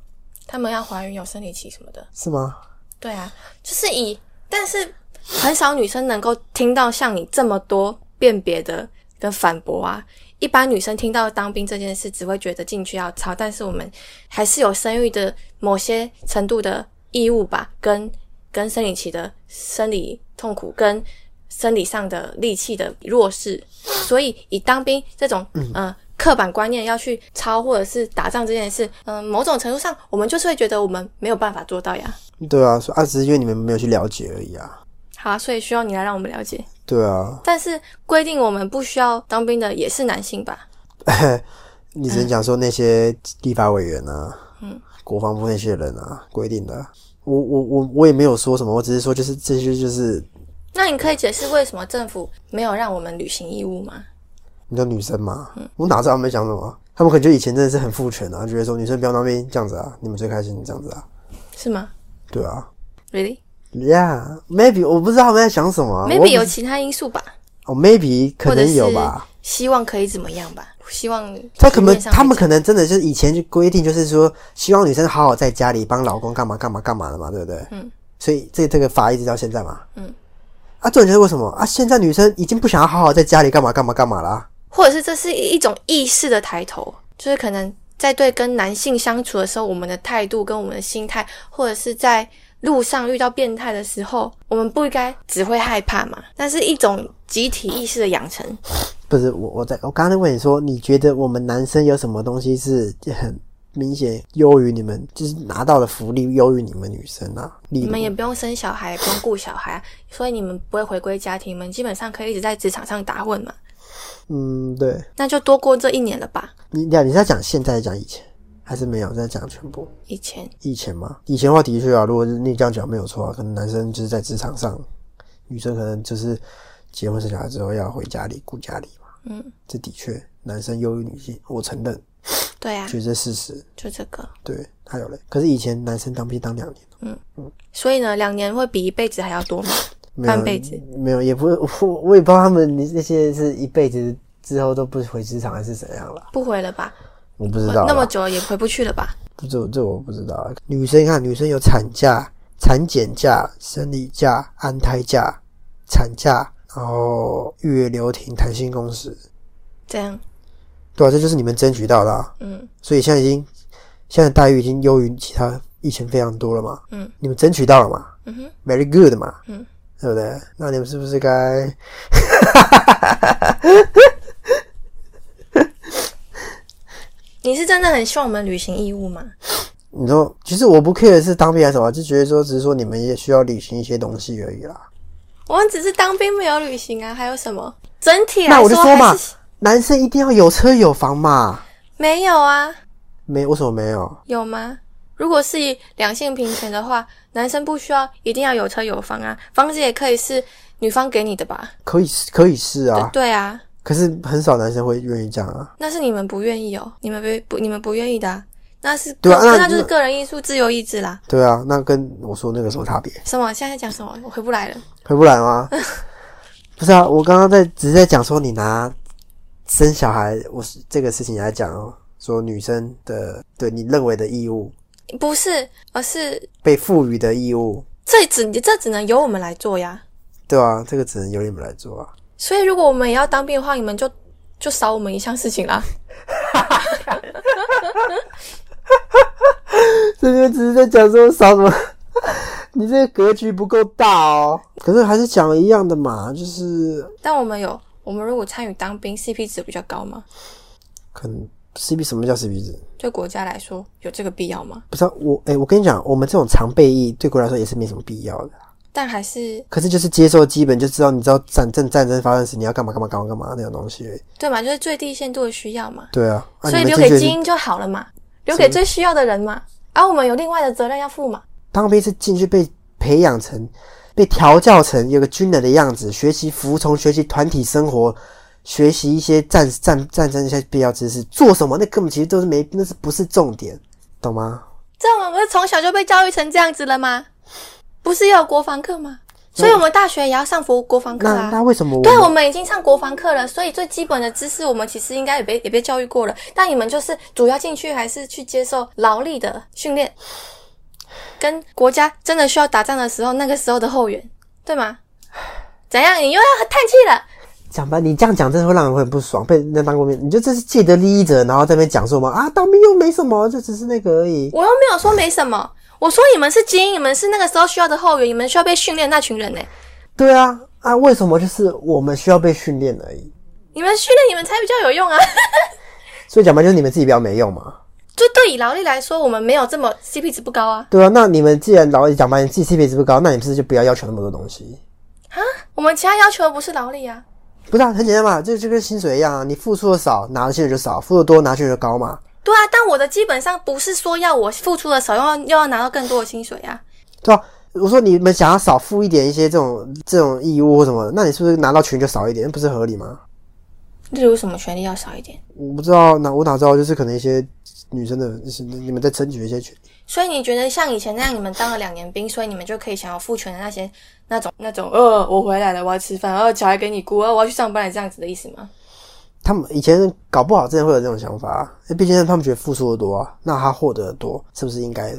[SPEAKER 2] 他们要怀孕有生理期什么的。
[SPEAKER 1] 是吗？
[SPEAKER 2] 对啊，就是以，但是很少女生能够听到像你这么多辨别的跟反驳啊。一般女生听到当兵这件事，只会觉得进去要操，但是我们还是有生育的某些程度的义务吧，跟跟生理期的生理痛苦跟。生理上的力气的弱势，所以以当兵这种呃刻板观念要去操或者是打仗这件事，嗯、某种程度上我们就是会觉得我们没有办法做到呀。
[SPEAKER 1] 对啊，说啊，只是因为你们没有去了解而已啊。
[SPEAKER 2] 好啊，所以需要你来让我们了解。
[SPEAKER 1] 对啊，
[SPEAKER 2] 但是规定我们不需要当兵的也是男性吧？
[SPEAKER 1] 你只能讲说那些立法委员啊，嗯，国防部那些人啊规定的啊。我我我我也没有说什么，我只是说就是这些就是
[SPEAKER 2] 那你可以解释为什么政府没有让我们履行义务吗？
[SPEAKER 1] 你知道女生嘛，我哪知道他们在讲什么？他们可能就以前真的是很父权啊，觉得说女生不要当兵这样子啊，你们最开心这样子啊，
[SPEAKER 2] 是吗
[SPEAKER 1] 对啊
[SPEAKER 2] ？Really?
[SPEAKER 1] ，Yeah，maybe 我不知道他们在想什么啊、我不
[SPEAKER 2] Maybe 有其他因素吧，
[SPEAKER 1] 哦，maybe 可
[SPEAKER 2] 或者
[SPEAKER 1] 能
[SPEAKER 2] 是
[SPEAKER 1] 有吧，
[SPEAKER 2] 希望可以怎么样吧？希望
[SPEAKER 1] 他可能
[SPEAKER 2] 面上
[SPEAKER 1] 他们可能真的就是以前就规定，就是说希望女生好好在家里帮老公干嘛干嘛干嘛的嘛，对不对？
[SPEAKER 2] 嗯。
[SPEAKER 1] 所以这这个法一直到现在嘛。
[SPEAKER 2] 嗯。
[SPEAKER 1] 啊，重点就是为什么啊？现在女生已经不想要好好在家里干嘛干嘛干嘛啦、
[SPEAKER 2] 或者是这是一种意识的抬头，就是可能在对跟男性相处的时候，我们的态度跟我们的心态，或者是在路上遇到变态的时候，我们不应该只会害怕嘛？那是一种集体意识的养成。
[SPEAKER 1] 不是我，我在我刚才问你说，你觉得我们男生有什么东西是很明显优于你们，就是拿到的福利优于你们女生啊？你
[SPEAKER 2] 你们也不用生小孩，也不用顾小孩啊，所以你们不会回归家庭，你们基本上可以一直在职场上打混嘛，
[SPEAKER 1] 嗯，对，
[SPEAKER 2] 那就多过这一年了吧。
[SPEAKER 1] 你你你是在讲现在，讲以前，还是没有在讲全部？
[SPEAKER 2] 以前
[SPEAKER 1] 以前嘛，以前的话的确啊，如果是你这样讲没有错啊，可能男生就是在职场上，女生可能就是结婚生小孩之后要回家里顾家里嘛。
[SPEAKER 2] 嗯，
[SPEAKER 1] 这的确男生优于女性，我承认，
[SPEAKER 2] 对啊，
[SPEAKER 1] 觉得这事实。
[SPEAKER 2] 就这个，
[SPEAKER 1] 对，还有嘞，可是以前男生当兵当两年，
[SPEAKER 2] 所以呢，两年会比一辈子还要多嘛，
[SPEAKER 1] 没有
[SPEAKER 2] 半辈子。
[SPEAKER 1] 没有，也不我我也不知道他们那些是一辈子之后都不回职场还是怎样了，
[SPEAKER 2] 不回了吧？
[SPEAKER 1] 我不知道啦。
[SPEAKER 2] 那么久了也回不去了吧？
[SPEAKER 1] 这这我不知道啊。女生看，女生有产假、产检假、生理假、安胎假、产假，然后预约留停、弹性工时，
[SPEAKER 2] 这样，
[SPEAKER 1] 对啊，这就是你们争取到的、啊。
[SPEAKER 2] 嗯，
[SPEAKER 1] 所以现在已经，现在待遇已经优于其他以前非常多了嘛。
[SPEAKER 2] 嗯，
[SPEAKER 1] 你们争取到了嘛
[SPEAKER 2] 嗯哼，
[SPEAKER 1] ？Very good 嘛。
[SPEAKER 2] 嗯，
[SPEAKER 1] 对不对？那你们是不是该？
[SPEAKER 2] 你是真的很希望我们履行义务吗？
[SPEAKER 1] 你说，其实我不 care 是当兵还是什么，就觉得说，只是说你们也需要履行一些东西而已啦。
[SPEAKER 2] 我们只是当兵没有履行啊，还有什么？整体来
[SPEAKER 1] 那我就说嘛
[SPEAKER 2] 还是
[SPEAKER 1] 男生一定要有车有房嘛？
[SPEAKER 2] 没有啊，
[SPEAKER 1] 没，为什么没有？
[SPEAKER 2] 有吗？如果是以两性平权的话，男生不需要一定要有车有房啊，房子也可以是女方给你的吧？
[SPEAKER 1] 可以是可以是啊，
[SPEAKER 2] 对啊，
[SPEAKER 1] 可是很少男生会愿意这样啊。
[SPEAKER 2] 那是你们不愿意哦，你们不不你们不愿意的、啊，那是
[SPEAKER 1] 对啊
[SPEAKER 2] 那
[SPEAKER 1] 那
[SPEAKER 2] 那就是
[SPEAKER 1] 那
[SPEAKER 2] 个人因素、自由意志啦。
[SPEAKER 1] 对啊，那跟我说那个什么 *laughs* 差别？
[SPEAKER 2] 什么？现在讲什么？我回不来了。
[SPEAKER 1] 回不来吗？ *laughs* 不是啊，我刚刚在只是在讲说你拿生小孩，我是这个事情来讲哦，说女生的对你认为的义务，
[SPEAKER 2] 不是，而是
[SPEAKER 1] 被赋予的义务，
[SPEAKER 2] 这只这只能由我们来做呀。
[SPEAKER 1] 对啊，这个只能由你们来做啊。
[SPEAKER 2] 所以如果我们也要当兵的话，你们就就少我们一项事情啦。
[SPEAKER 1] *laughs* 这边只是在讲说少什么， *laughs* 你这个格局不够大哦。可是还是讲一样的嘛，就是
[SPEAKER 2] 但我们有，我们如果参与当兵，CP 值比较高吗？
[SPEAKER 1] 可能 CP 什么叫 CP 值？
[SPEAKER 2] 对国家来说有这个必要吗？
[SPEAKER 1] 不知道我哎、我跟你讲，我们这种常备役对国人来说也是没什么必要的。
[SPEAKER 2] 但还是
[SPEAKER 1] 可是就是接受基本，就知道你知道战争战争发生时你要干嘛干嘛干嘛干嘛那种东西而已。对
[SPEAKER 2] 对嘛，就是最低限度的需要嘛，
[SPEAKER 1] 啊，啊
[SPEAKER 2] 所以
[SPEAKER 1] 你
[SPEAKER 2] 留
[SPEAKER 1] 们
[SPEAKER 2] 给
[SPEAKER 1] 这
[SPEAKER 2] 精
[SPEAKER 1] 些
[SPEAKER 2] 英就好了嘛，留给最需要的人嘛。而、我们有另外的责任要负嘛。
[SPEAKER 1] 当兵是进去被培养成、被调教成有个军人的样子，学习服从，学习团体生活，学习一些战战战争一些必要知识。做什么那根本其实都是没，那是不是重点，懂吗？
[SPEAKER 2] 这我们不是从小就被教育成这样子了吗？不是也有国防课吗？所以我们大学也要上国国防课
[SPEAKER 1] 那
[SPEAKER 2] 啊。
[SPEAKER 1] 那为什么我
[SPEAKER 2] 对，
[SPEAKER 1] 们
[SPEAKER 2] 我们已经上国防课了，所以最基本的知识我们其实应该也被也被教育过了。但你们就是主要进去还是去接受劳力的训练，跟国家真的需要打仗的时候，那个时候的后援，对吗？怎样？你又要叹气了？
[SPEAKER 1] 讲吧，你这样讲真的会让人会很不爽。被人家当过兵，你就这是既得利益者，然后在那边讲说嘛啊，当兵又没什么，就只是那个而已。
[SPEAKER 2] 我又没有说没什么，我说你们是精英，你们是那个时候需要的后援，你们需要被训练的那群人呢、
[SPEAKER 1] 对啊啊，为什么就是我们需要被训练而已？
[SPEAKER 2] 你们训练你们才比较有用啊。 *laughs*
[SPEAKER 1] 所以讲白就是你们自己比较没用嘛。
[SPEAKER 2] 就对以劳力来说，我们没有这么 CP 值不高啊。
[SPEAKER 1] 对啊，那你们既然老讲白，你自己 CP 值不高，那你是不是就不要要求那么多东西？
[SPEAKER 2] 我们其他要求的不是劳力啊。
[SPEAKER 1] 不是啊，很简单嘛，就就跟薪水一样啊，你付出的少，拿的薪水就少；付的多，拿薪水就高嘛。
[SPEAKER 2] 对啊，但我的基本上不是说要我付出的少，又要又要拿到更多的薪水啊。
[SPEAKER 1] 对啊，我说你们想要少付一点一些这种这种义务或什么的，那你是不是拿到群就少一点？那不是合理吗？
[SPEAKER 2] 例如什么权利要少一点，
[SPEAKER 1] 我不知道，哪我哪知道？就是可能一些女生的，就是你们在争取一些权，
[SPEAKER 2] 所以你觉得像以前那样，你们当了两年兵，所以你们就可以享有父权的那些那种那种，呃，我回来了，我要吃饭，呃，小孩给你顾，呃，我要去上班了，这样子的意思吗？
[SPEAKER 1] 他们以前搞不好真的会有这种想法、啊，因为毕竟他们觉得付出的多啊，那他获得的多，是不是应该的？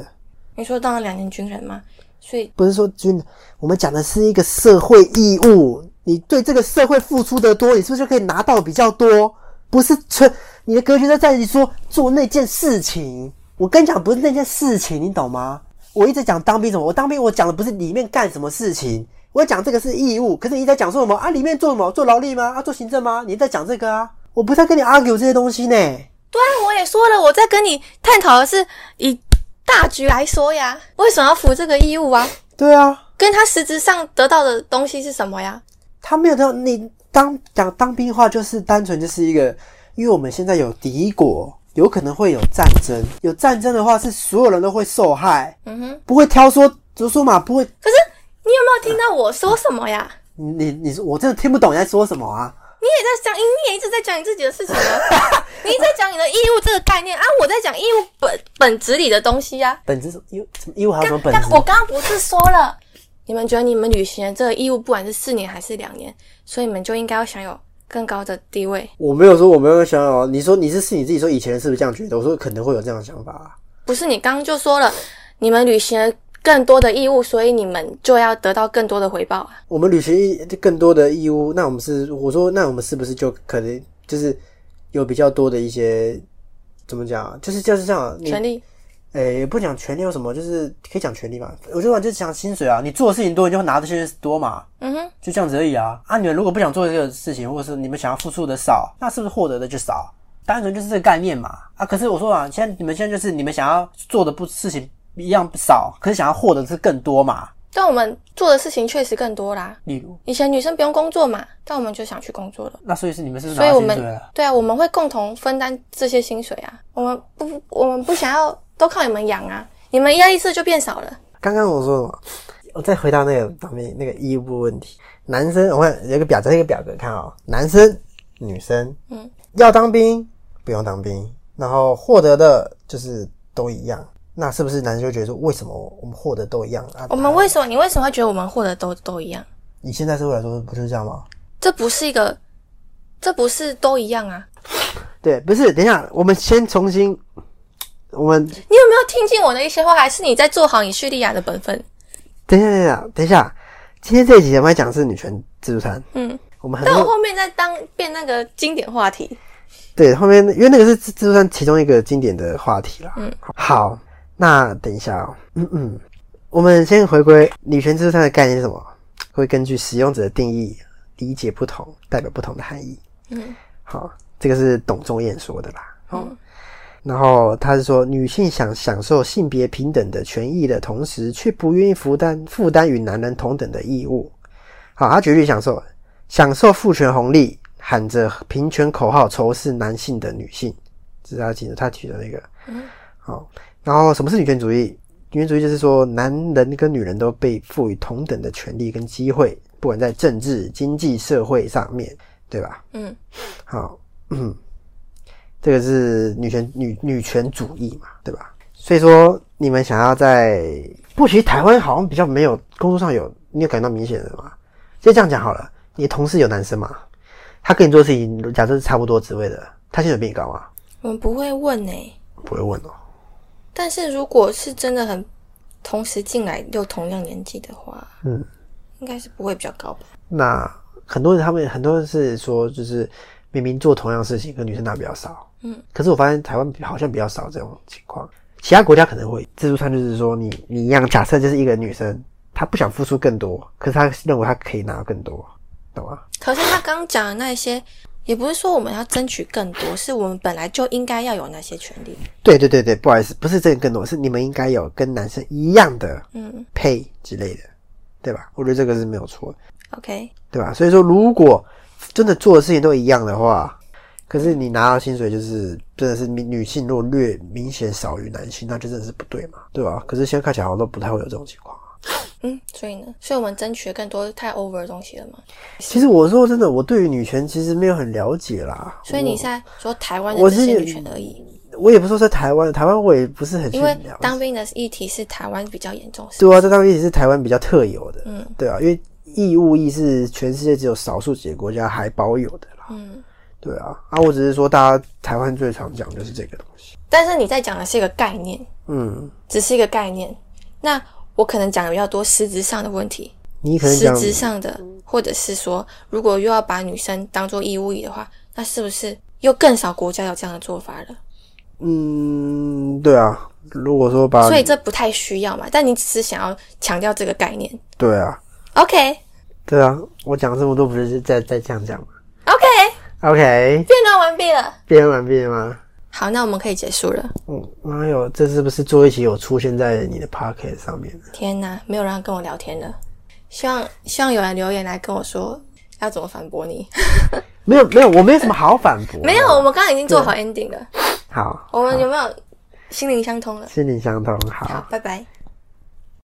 [SPEAKER 2] 你说当了两年军人吗？所以
[SPEAKER 1] 不是说军，我们讲的是一个社会义务，你对这个社会付出的多，你是不是就可以拿到比较多？不是纯你的格局在在于说做那件事情。我跟你讲，不是那件事情，你懂吗？我一直讲当兵什么，我当兵我讲的不是里面干什么事情，我讲这个是义务。可是你在讲说什么啊？里面做什么？做劳力吗？啊，做行政吗？你在讲这个啊？我不在跟你 argue 这些东西呢。
[SPEAKER 2] 对啊，我也说了，我在跟你探讨的是以大局来说呀，为什么要负这个义务啊？
[SPEAKER 1] 对啊，
[SPEAKER 2] 跟他实质上得到的东西是什么呀？
[SPEAKER 1] 他没有到你当讲当兵的话，就是单纯就是一个，因为我们现在有敌国，有可能会有战争，有战争的话是所有人都会受害，
[SPEAKER 2] 嗯哼，
[SPEAKER 1] 不会挑说就说嘛，不会，
[SPEAKER 2] 可是你有没有听到我说什么呀？
[SPEAKER 1] 你你你说我真的听不懂你在说什么啊？
[SPEAKER 2] 你也在讲，你也一直在讲你自己的事
[SPEAKER 1] *laughs*
[SPEAKER 2] 情啊，你一直在讲你的义务这个概念啊，我在讲义务本本质里的东西呀、
[SPEAKER 1] 本质是义务，什么义务还有什么本
[SPEAKER 2] 但
[SPEAKER 1] 质？
[SPEAKER 2] 我刚刚不是说了，你们觉得你们履行的这个义务，不管是四年还是两年，所以你们就应该要享有更高的地位，
[SPEAKER 1] 我没有说我没有想哦，你说你是是你自己说以前是不是这样觉得？我说可能会有这样的想法、啊，
[SPEAKER 2] 不是？你刚刚就说了，你们履行了更多的义务，所以你们就要得到更多的回报啊。
[SPEAKER 1] 我们履行义更多的义务，那我们是我说，那我们是不是就可能就是有比较多的一些怎么讲啊？就是就是这样啊，你
[SPEAKER 2] 权利，
[SPEAKER 1] 诶、也不讲权利有什么，就是可以讲权利嘛。我就讲就讲薪水啊，你做的事情多，你就拿的薪水多嘛，
[SPEAKER 2] 嗯哼，
[SPEAKER 1] 就这样子而已啊。啊，你们如果不想做这个事情，或者是你们想要付出的少，那是不是获得的就少？单纯就是这个概念嘛。啊，可是我说啊，现在你们现在就是你们想要做的不事情一样少，可是想要获得的是更多嘛。
[SPEAKER 2] 但我们做的事情确实更多啦。
[SPEAKER 1] 例如，
[SPEAKER 2] 以前女生不用工作嘛，但我们就想去工作了。
[SPEAKER 1] 那所以是你们是不是
[SPEAKER 2] 所以
[SPEAKER 1] 拿到
[SPEAKER 2] 我
[SPEAKER 1] 薪
[SPEAKER 2] 们
[SPEAKER 1] 水了？
[SPEAKER 2] 对啊，我们会共同分担这些薪水啊。我们不，我们不想要都靠你们养啊，你们一二一四就变少了。
[SPEAKER 1] 刚刚我说什么？我再回到那个当面那个义务问题，男生我看有一个表格，一个表格看哦，男生、女生，
[SPEAKER 2] 嗯，
[SPEAKER 1] 要当兵不用当兵，然后获得的就是都一样，那是不是男生就觉得说，为什么我们获得都一样啊？
[SPEAKER 2] 我们为什么？你为什么会觉得我们获得都都一样？
[SPEAKER 1] 你现在社会来说不就是这样吗？
[SPEAKER 2] 这不是一个，这不是都一样啊？
[SPEAKER 1] 对，不是，等一下，我们先重新，我们
[SPEAKER 2] 你有没有听进我的一些话？还是你在做好你叙利亚的本分？
[SPEAKER 1] 等一下，等一下，等一下，今天这一集我们要讲的是女权自助餐，
[SPEAKER 2] 嗯，
[SPEAKER 1] 我们很
[SPEAKER 2] 但我
[SPEAKER 1] 多
[SPEAKER 2] 后面再当变那个经典话题，
[SPEAKER 1] 对后面，因为那个是这这算其中一个经典的话题啦。嗯，好，那等一下哦，嗯嗯，我们先回归女权自助餐的概念是什么？会根据使用者的定义理解不同，代表不同的含义。
[SPEAKER 2] 嗯，
[SPEAKER 1] 好，这个是董仲彦说的啦。哦，然后他是说，女性想享受性别平等的权益的同时，却不愿意负担负担与男人同等的义务。好，他举例享受享受父权红利，喊着平权口号仇视男性的女性，这是他提的，他提的那个。好，然后什么是女权主义？女权主义就是说，男人跟女人都被赋予同等的权利跟机会，不管在政治、经济、社会上面，对吧？
[SPEAKER 2] 嗯，
[SPEAKER 1] 好， *clears throat* 嗯，这个是女权女女权主义嘛，对吧？所以说，你们想要在不其实台湾好像比较没有工作上有，你有感到明显的吗？就这样讲好了，你的同事有男生吗？他跟你做的事情，假设是差不多职位的，他薪水比你高吗？
[SPEAKER 2] 我们不会问哎、
[SPEAKER 1] 不会问哦。
[SPEAKER 2] 但是如果是真的很同时进来又同样年纪的话，
[SPEAKER 1] 嗯，
[SPEAKER 2] 应该是不会比较高吧？
[SPEAKER 1] 那很多人他们很多人是说，就是明明做同样事情，可女生拿比较少。
[SPEAKER 2] 嗯，
[SPEAKER 1] 可是我发现台湾好像比较少这种情况，其他国家可能会自助餐，就是说你你一样，假设就是一个女生，她不想付出更多，可是她认为她可以拿更多，懂吗？
[SPEAKER 2] 可是他刚讲的那些，也不是说我们要争取更多，是我们本来就应该要有那些权利。
[SPEAKER 1] 对对对对，不好意思，不是这个更多，是你们应该有跟男生一样的
[SPEAKER 2] 嗯
[SPEAKER 1] 配之类的，对吧？我觉得这个是没有错的。
[SPEAKER 2] ，OK，
[SPEAKER 1] 对吧？所以说，如果真的做的事情都一样的话，可是你拿到薪水就是真的是女女性若略明显少于男性，那就真的是不对嘛，对吧？可是现在看起来好像都不太会有这种情况啊。
[SPEAKER 2] 嗯，所以呢，所以我们争取了更多太 over 的东西了嘛？
[SPEAKER 1] 其实我说真的，我对于女权其实没有很了解啦。
[SPEAKER 2] 所以你现在说台湾的
[SPEAKER 1] 我
[SPEAKER 2] 这
[SPEAKER 1] 是
[SPEAKER 2] 些女权而已，
[SPEAKER 1] 我我也不是说在台湾，台湾我也不是很去
[SPEAKER 2] 因为
[SPEAKER 1] 了解。
[SPEAKER 2] 当兵的议题是台湾比较严重，是
[SPEAKER 1] 对啊，这当然也是台湾比较特有的，
[SPEAKER 2] 嗯
[SPEAKER 1] 对啊，因为义务役是全世界只有少数几个国家还保有的啦。
[SPEAKER 2] 嗯。
[SPEAKER 1] 对啊，啊，我只是说大家台湾最常讲就是这个东西。
[SPEAKER 2] 但是你在讲的是一个概念，
[SPEAKER 1] 嗯，
[SPEAKER 2] 只是一个概念。那我可能讲的比较多实质上的问题，
[SPEAKER 1] 你可能
[SPEAKER 2] 实
[SPEAKER 1] 讲
[SPEAKER 2] 质上的，或者是说，如果又要把女生当做义务役的话，那是不是又更少国家有这样的做法了？
[SPEAKER 1] 嗯，对啊，如果说把，
[SPEAKER 2] 所以这不太需要嘛。但你只是想要强调这个概念
[SPEAKER 1] 对啊，
[SPEAKER 2] ，OK
[SPEAKER 1] 对啊，我讲这么多不是在在这样讲吗
[SPEAKER 2] OK，
[SPEAKER 1] ？OK，
[SPEAKER 2] 辩论完毕了。
[SPEAKER 1] 辩论完毕了吗？
[SPEAKER 2] 好，那我们可以结束了。
[SPEAKER 1] 嗯，妈有，这是不是最后一期有出现在你的 Pocket 上面的？
[SPEAKER 2] 天哪，没有人要跟我聊天了。希望希望有人留言来跟我说要怎么反驳你。
[SPEAKER 1] 没有，没有，我没有什么好反驳。
[SPEAKER 2] 没有，，我们刚刚已经做好 ending 了。
[SPEAKER 1] 好，
[SPEAKER 2] 我们有没有心灵相通了？
[SPEAKER 1] 心灵相通，好
[SPEAKER 2] 好，拜拜。